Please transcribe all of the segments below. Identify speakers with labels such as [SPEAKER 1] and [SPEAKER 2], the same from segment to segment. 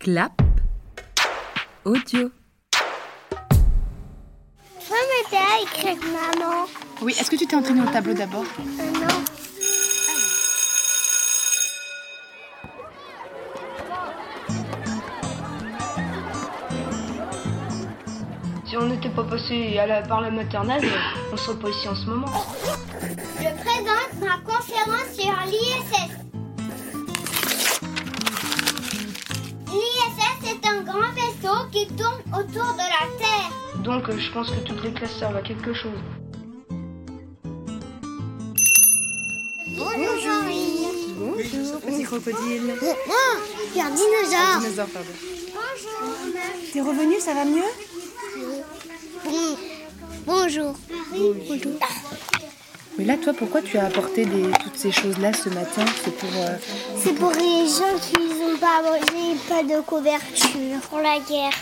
[SPEAKER 1] Clap audio.
[SPEAKER 2] Ça m'aider à écrire, maman.
[SPEAKER 3] Oui, est-ce que tu t'es entraîné au tableau d'abord
[SPEAKER 2] Euh, non.
[SPEAKER 4] Si on n'était pas passé à la- par la maternelle, on serait pas ici en ce moment.
[SPEAKER 2] Je présente ma conférence sur l'ISS. L'ISS est un grand vaisseau qui tourne autour de la Terre.
[SPEAKER 4] Donc euh, je pense que toutes les classes servent à quelque chose.
[SPEAKER 2] Bonjour,
[SPEAKER 3] Bonjour, petit crocodile.
[SPEAKER 2] Il y a un dinosaure.
[SPEAKER 3] Dinosaure, pardon.
[SPEAKER 2] Bonjour.
[SPEAKER 3] T'es revenu, ça va mieux
[SPEAKER 2] Bonjour. Bonjour.
[SPEAKER 3] Mais là, toi, pourquoi tu as apporté des- toutes ces choses-là ce matin C'est pour. euh,
[SPEAKER 2] C'est pour les gens qui n'ont pas mangé, pas de couverture pour la guerre.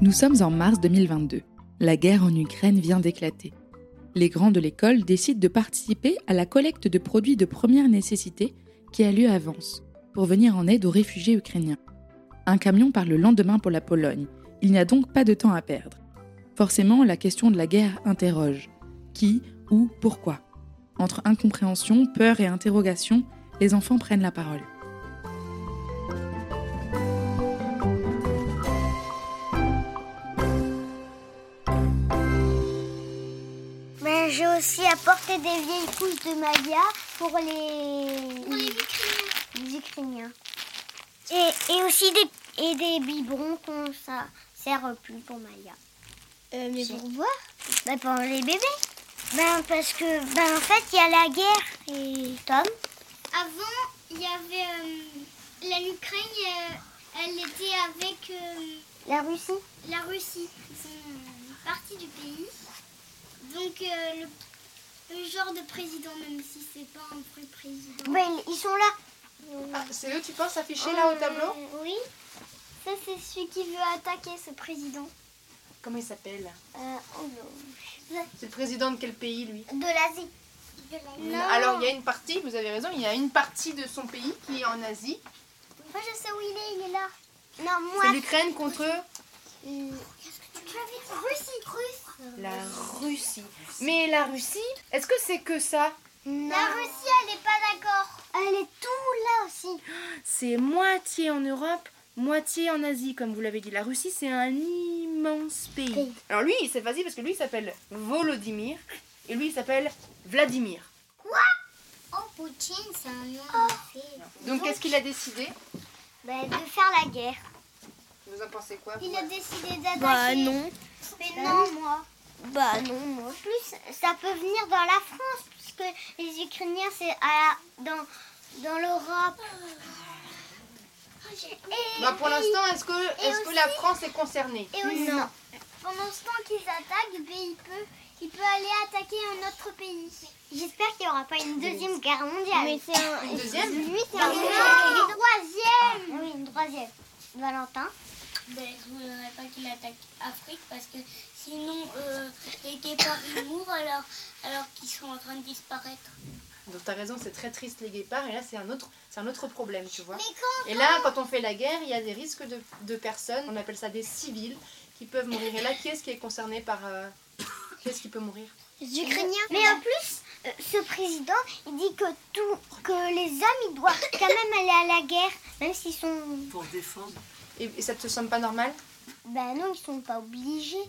[SPEAKER 5] Nous sommes en mars 2022. La guerre en Ukraine vient d'éclater. Les grands de l'école décident de participer à la collecte de produits de première nécessité qui a lieu à Vence pour venir en aide aux réfugiés ukrainiens. Un camion part le lendemain pour la Pologne. Il n'y a donc pas de temps à perdre. Forcément, la question de la guerre interroge. Qui, où, pourquoi Entre incompréhension, peur et interrogation, les enfants prennent la parole.
[SPEAKER 2] Mais j'ai aussi apporté des vieilles couches de Maya pour les, les Ukrainiens. Et, et aussi des, et des biberons qu'on ça sert plus pour Maya. Euh, mais pour voir ben Pour les bébés. Ben parce que ben en fait il y a la guerre et Tom.
[SPEAKER 6] Avant, il y avait euh, la Ukraine, euh, elle était avec euh,
[SPEAKER 2] La Russie.
[SPEAKER 6] la Russie. Ils sont partis du pays. Donc, euh, le, le genre de président, même si c'est pas un vrai président.
[SPEAKER 2] Ben ils sont là.
[SPEAKER 3] Ah, C'est eux, tu penses, affichés là au tableau
[SPEAKER 6] Euh, Oui. Ça, c'est celui qui veut attaquer ce président.
[SPEAKER 3] Comment il s'appelle
[SPEAKER 2] Euh, oh non.
[SPEAKER 3] C'est le président de quel pays, lui
[SPEAKER 2] De l'Asie.
[SPEAKER 3] Alors, il y a une partie, vous avez raison, il y a une partie de son pays qui est en Asie.
[SPEAKER 2] Moi je sais où il est, il est là. Non moi.
[SPEAKER 3] C'est l'Ukraine contre
[SPEAKER 2] Russie, Russie.
[SPEAKER 3] la Russie. Mais la Russie, est-ce que c'est que ça
[SPEAKER 2] La Russie, elle n'est pas d'accord. Elle est tout là aussi.
[SPEAKER 3] C'est moitié en Europe, moitié en Asie, comme vous l'avez dit. La Russie, c'est un immense pays.
[SPEAKER 2] Pays.
[SPEAKER 3] Alors lui, c'est facile parce que lui, il s'appelle Volodymyr et lui, il s'appelle Vladimir.
[SPEAKER 2] Oh, Poutine, c'est un nom
[SPEAKER 3] Donc, qu'est-ce qu'il a décidé
[SPEAKER 2] de Bah, faire la guerre.
[SPEAKER 3] Vous en pensez quoi
[SPEAKER 2] Il a décidé d'attaquer. Bah non. Mais non, moi. Bah non, moi. En plus, ça peut venir dans la France, puisque les Ukrainiens, c'est à la- dans, dans l'Europe. Oh, Et,
[SPEAKER 7] Bah, pour l'instant, est-ce que, est-ce que la France est concernée
[SPEAKER 2] et aussi, pendant ce temps qu'ils attaquent, le pays peut, il peut aller attaquer un autre pays. J'espère qu'il n'y aura pas une deuxième guerre mondiale. Mais c'est un...
[SPEAKER 7] Une deuxième
[SPEAKER 2] Lui, c'est un Une troisième Oui, une troisième. Valentin
[SPEAKER 6] Ben, je voudrais pas qu'il attaque Afrique parce que sinon, euh, les guépards, ils mourent alors, alors qu'ils sont en train de disparaître.
[SPEAKER 7] Donc t'as raison, c'est très triste les guépards, et là c'est un autre, c'est un autre problème, tu vois.
[SPEAKER 2] Mais quand
[SPEAKER 7] Et là, quand on fait la guerre, il y a des risques de, de personnes, on appelle ça des civils, qui peuvent mourir. Et là, qui est-ce qui est concerné par... euh, qui est-ce qui peut mourir
[SPEAKER 2] Les Ukrainiens. Mais en plus, euh, ce président, il dit que tout, que les hommes, ils doivent quand même aller à la guerre, même s'ils sont...
[SPEAKER 7] et, et ça te semble pas normal
[SPEAKER 2] Ben non, ils sont pas obligés.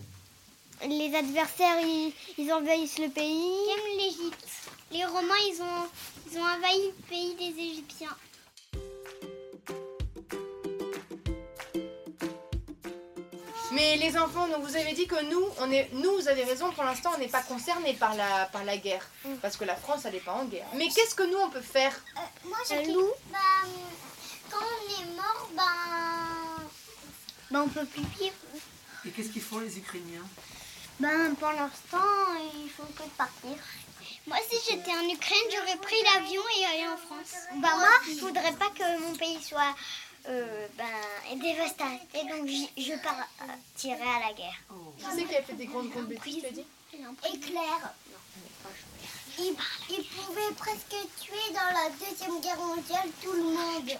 [SPEAKER 2] Les adversaires, ils, ils envahissent le pays.
[SPEAKER 6] Même l'Égypte. Les Romains, ils ont, ils ont envahi le pays des Égyptiens.
[SPEAKER 7] Mais les enfants, donc vous avez dit que nous, on est, nous, vous avez raison, pour l'instant, on n'est pas concernés par la, par la guerre.
[SPEAKER 2] Mm.
[SPEAKER 7] Parce que la France, elle n'est pas en guerre. Mais qu'est-ce que nous, on peut faire
[SPEAKER 6] Moi,
[SPEAKER 2] Un
[SPEAKER 6] j'ai
[SPEAKER 2] loup.
[SPEAKER 6] bah, Quand on est mort, ben.
[SPEAKER 2] Ben on peut plus vivre.
[SPEAKER 8] Et qu'est-ce qu'ils font les Ukrainiens
[SPEAKER 2] Ben pour l'instant, ils font que partir.
[SPEAKER 6] Moi, si j'étais en Ukraine, j'aurais pris l'avion et allé en France.
[SPEAKER 2] Bah moi, je voudrais pas que mon pays soit euh, ben, dévasté. Et donc j'y- je partirai à la guerre.
[SPEAKER 7] Qui c'est qui a fait des grandes contes bêtises, tu as dit
[SPEAKER 2] Éclair.
[SPEAKER 6] Ils, ils pouvaient presque tuer dans la Deuxième Guerre mondiale tout le monde.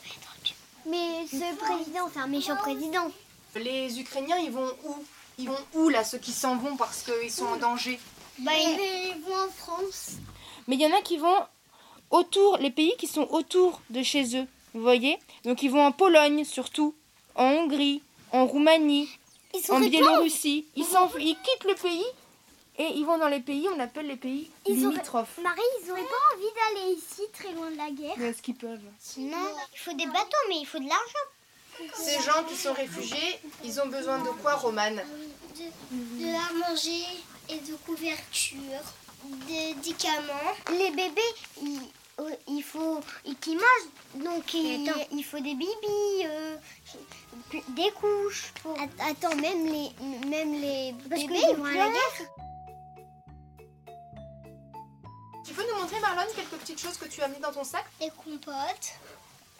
[SPEAKER 2] Mais ce président, c'est un méchant président.
[SPEAKER 7] Les Ukrainiens, ils vont où Ils vont où là, ceux qui s'en vont parce qu'ils sont en danger
[SPEAKER 6] Bah, ils... ils vont en France.
[SPEAKER 3] Mais il y en a qui vont autour, les pays qui sont autour de chez eux, vous voyez Donc ils vont en Pologne surtout, en Hongrie, en Roumanie,
[SPEAKER 2] Ils sont
[SPEAKER 3] en
[SPEAKER 2] récents.
[SPEAKER 3] Biélorussie. Ils, s'en- ils quittent le pays et ils vont dans les pays, on appelle les pays
[SPEAKER 2] Ils ont-
[SPEAKER 3] limitrophes.
[SPEAKER 2] Marie, ils auraient pas envie d'aller ici, très loin de la guerre.
[SPEAKER 3] Mais Est-ce qu'ils peuvent
[SPEAKER 2] Non, il faut des bateaux, mais il faut de l'argent.
[SPEAKER 7] Ces gens qui sont réfugiés, ils ont besoin de quoi, Romane
[SPEAKER 6] De, de à manger et de couverture, des médicaments.
[SPEAKER 2] Les bébés, il, euh, il faut ils- qu'ils mangent, donc il, il faut des bibis, euh, des couches. Attends, même les même les bébés ils vont à la guerre.
[SPEAKER 7] Tu peux nous montrer, Marlon, quelques petites choses que tu as mis dans ton sac
[SPEAKER 6] Des compotes.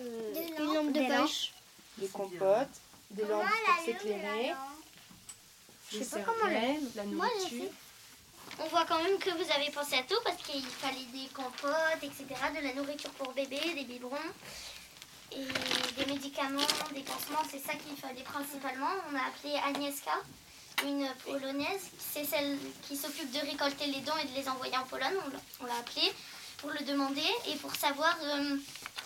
[SPEAKER 3] Euh,
[SPEAKER 6] des
[SPEAKER 2] Une lampe de
[SPEAKER 6] lampes.
[SPEAKER 2] poche.
[SPEAKER 7] Des compotes, des lampes pour s'éclairer,
[SPEAKER 3] Je sais pas comment
[SPEAKER 7] l'aime, la
[SPEAKER 6] Moi, j'ai
[SPEAKER 7] nourriture.
[SPEAKER 6] On voit quand même que vous avez pensé à tout parce qu'il fallait des compotes, etc., de la nourriture pour bébé, des biberons et des médicaments, des pansements. C'est ça qu'il fallait principalement. On a appelé Agnieszka, une polonaise. C'est celle qui s'occupe de récolter les dons et de les envoyer en Pologne. On l'a- On l'a appelée pour le demander et pour savoir euh,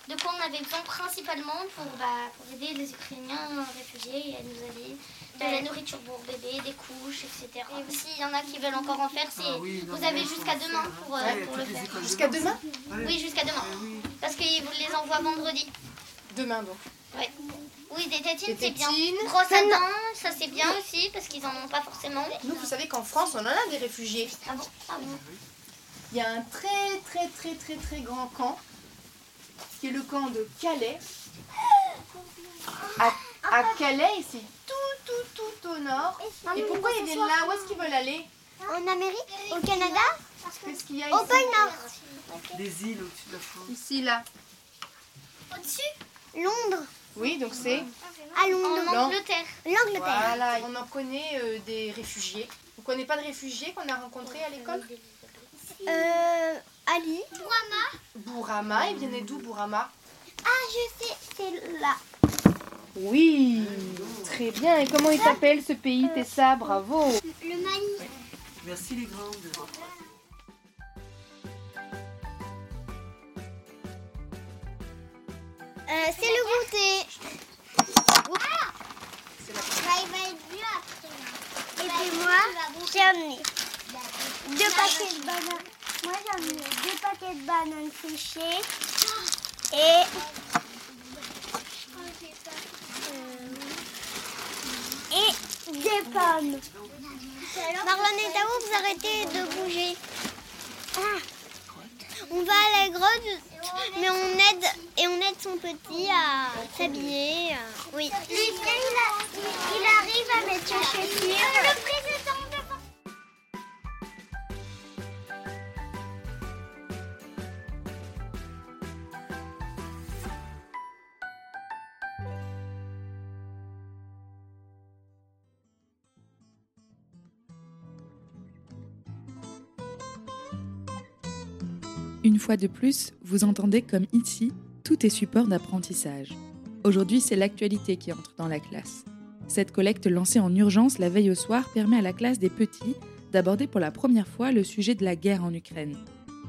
[SPEAKER 6] de quoi on avait besoin principalement pour, bah, pour aider les Ukrainiens réfugiés. Et elle nous a dit de la nourriture pour bébé, des couches, etc. Et aussi, il y en a qui veulent encore en faire. c'est-
[SPEAKER 8] Ah oui, non,
[SPEAKER 6] vous
[SPEAKER 8] mais
[SPEAKER 6] avez
[SPEAKER 8] il faut
[SPEAKER 6] jusqu'à
[SPEAKER 8] le
[SPEAKER 6] demain
[SPEAKER 8] faire, hein.
[SPEAKER 6] pour, euh,
[SPEAKER 8] Ouais,
[SPEAKER 6] pour
[SPEAKER 8] toutes
[SPEAKER 6] le
[SPEAKER 8] les
[SPEAKER 6] faire.
[SPEAKER 8] écoles
[SPEAKER 7] Jusqu'à
[SPEAKER 8] de
[SPEAKER 7] demain
[SPEAKER 8] Ouais.
[SPEAKER 6] Oui, jusqu'à demain.
[SPEAKER 8] Eh oui.
[SPEAKER 6] Parce qu'ils vous les envoient vendredi.
[SPEAKER 7] Demain, donc.
[SPEAKER 6] Ouais. Oui, des
[SPEAKER 7] Des
[SPEAKER 6] tétines, c'est bien.
[SPEAKER 7] tétines.
[SPEAKER 6] Brosse à dents, ça c'est bien aussi, parce qu'ils en ont pas forcément.
[SPEAKER 7] Nous, vous savez qu'en France, on en a des réfugiés.
[SPEAKER 6] Ah bon Ah bon
[SPEAKER 7] Il y a un très très très très très grand camp, qui est le camp de Calais. À, à Calais, c'est tout tout tout au nord. Et pourquoi ils viennent là Où est-ce qu'ils veulent aller
[SPEAKER 2] En Amérique, au Canada,
[SPEAKER 7] Qu'est-ce qu'il y a
[SPEAKER 2] au
[SPEAKER 7] ici
[SPEAKER 2] pôle Nord,
[SPEAKER 8] Des îles au-dessus de la France.
[SPEAKER 7] Ici, là.
[SPEAKER 6] Au-dessus
[SPEAKER 2] Londres,
[SPEAKER 7] Oui, donc c'est...
[SPEAKER 2] à
[SPEAKER 6] En
[SPEAKER 2] Londres,
[SPEAKER 7] Non.
[SPEAKER 6] Angleterre.
[SPEAKER 2] l'Angleterre.
[SPEAKER 7] Voilà, on en connaît euh, des réfugiés. Vous ne connaissez pas de réfugiés qu'on a rencontrés à l'école
[SPEAKER 2] Euh, Ali.
[SPEAKER 7] Bourama, ils venaient d'où Bourama
[SPEAKER 2] Ah, je sais, c'est là.
[SPEAKER 3] Oui, très bien. Et comment il s'appelle ce pays, Tessa Bravo
[SPEAKER 6] Le Mali.
[SPEAKER 8] Merci les grandes.
[SPEAKER 2] Euh, c'est le goûter. Ah
[SPEAKER 6] Bah, il va être bleu après.
[SPEAKER 2] Et puis moi, j'ai amené deux paquets de bananes. Moi, j'ai amené deux paquets de bananes séchées et Ah, et des pommes. Marlon et Tao, vous arrêtez de bouger. Ah. On va à la grotte, mais on aide et on aide son petit à s'habiller. à- Oui. il arrive à mettre ses chaussures. Le président de
[SPEAKER 5] Une fois de plus, vous entendez comme ici, tout est support d'apprentissage. Aujourd'hui, c'est l'actualité qui entre dans la classe. Cette collecte lancée en urgence la veille au soir permet à la classe des petits d'aborder pour la première fois le sujet de la guerre en Ukraine.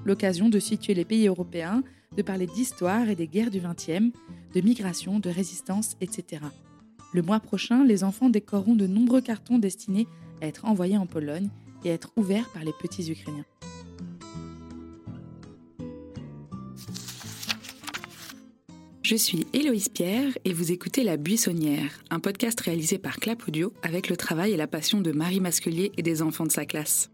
[SPEAKER 5] L'occasion de situer les pays européens, de parler d'histoire et des guerres du XXe, de migration, de résistance, etc. Le mois prochain, les enfants décoreront de nombreux cartons destinés à être envoyés en Pologne et à être ouverts par les petits Ukrainiens.
[SPEAKER 1] Je suis Héloïse Pierre et vous écoutez La Buissonnière, un podcast réalisé par Clap Audio avec le travail et la passion de Marie Masculier et des enfants de sa classe.